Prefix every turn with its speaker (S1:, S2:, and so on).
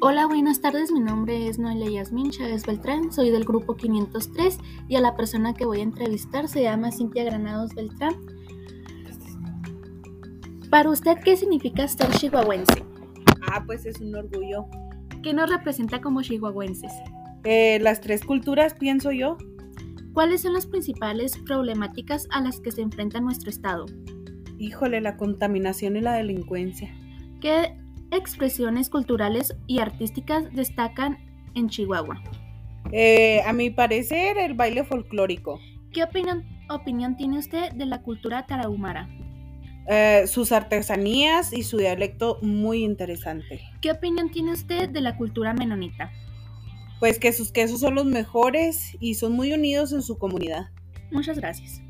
S1: Hola, buenas tardes. Mi nombre es Noelia Yasmin Chávez Beltrán. Soy del grupo 503 y a la persona que voy a entrevistar se llama Cintia Granados Beltrán. Para usted, ¿qué significa ser chihuahuense?
S2: Ah, pues es un orgullo.
S1: ¿Qué nos representa como chihuahuenses?
S2: Eh, las tres culturas, pienso yo.
S1: ¿Cuáles son las principales problemáticas a las que se enfrenta nuestro estado?
S2: Híjole, la contaminación y la delincuencia.
S1: ¿Qué expresiones culturales y artísticas destacan en Chihuahua?
S2: Eh, a mi parecer, el baile folclórico.
S1: ¿Qué opinión, opinión tiene usted de la cultura tarahumara?
S2: Eh, sus artesanías y su dialecto muy interesante.
S1: ¿Qué opinión tiene usted de la cultura menonita?
S2: Pues que sus quesos son los mejores y son muy unidos en su comunidad.
S1: Muchas gracias.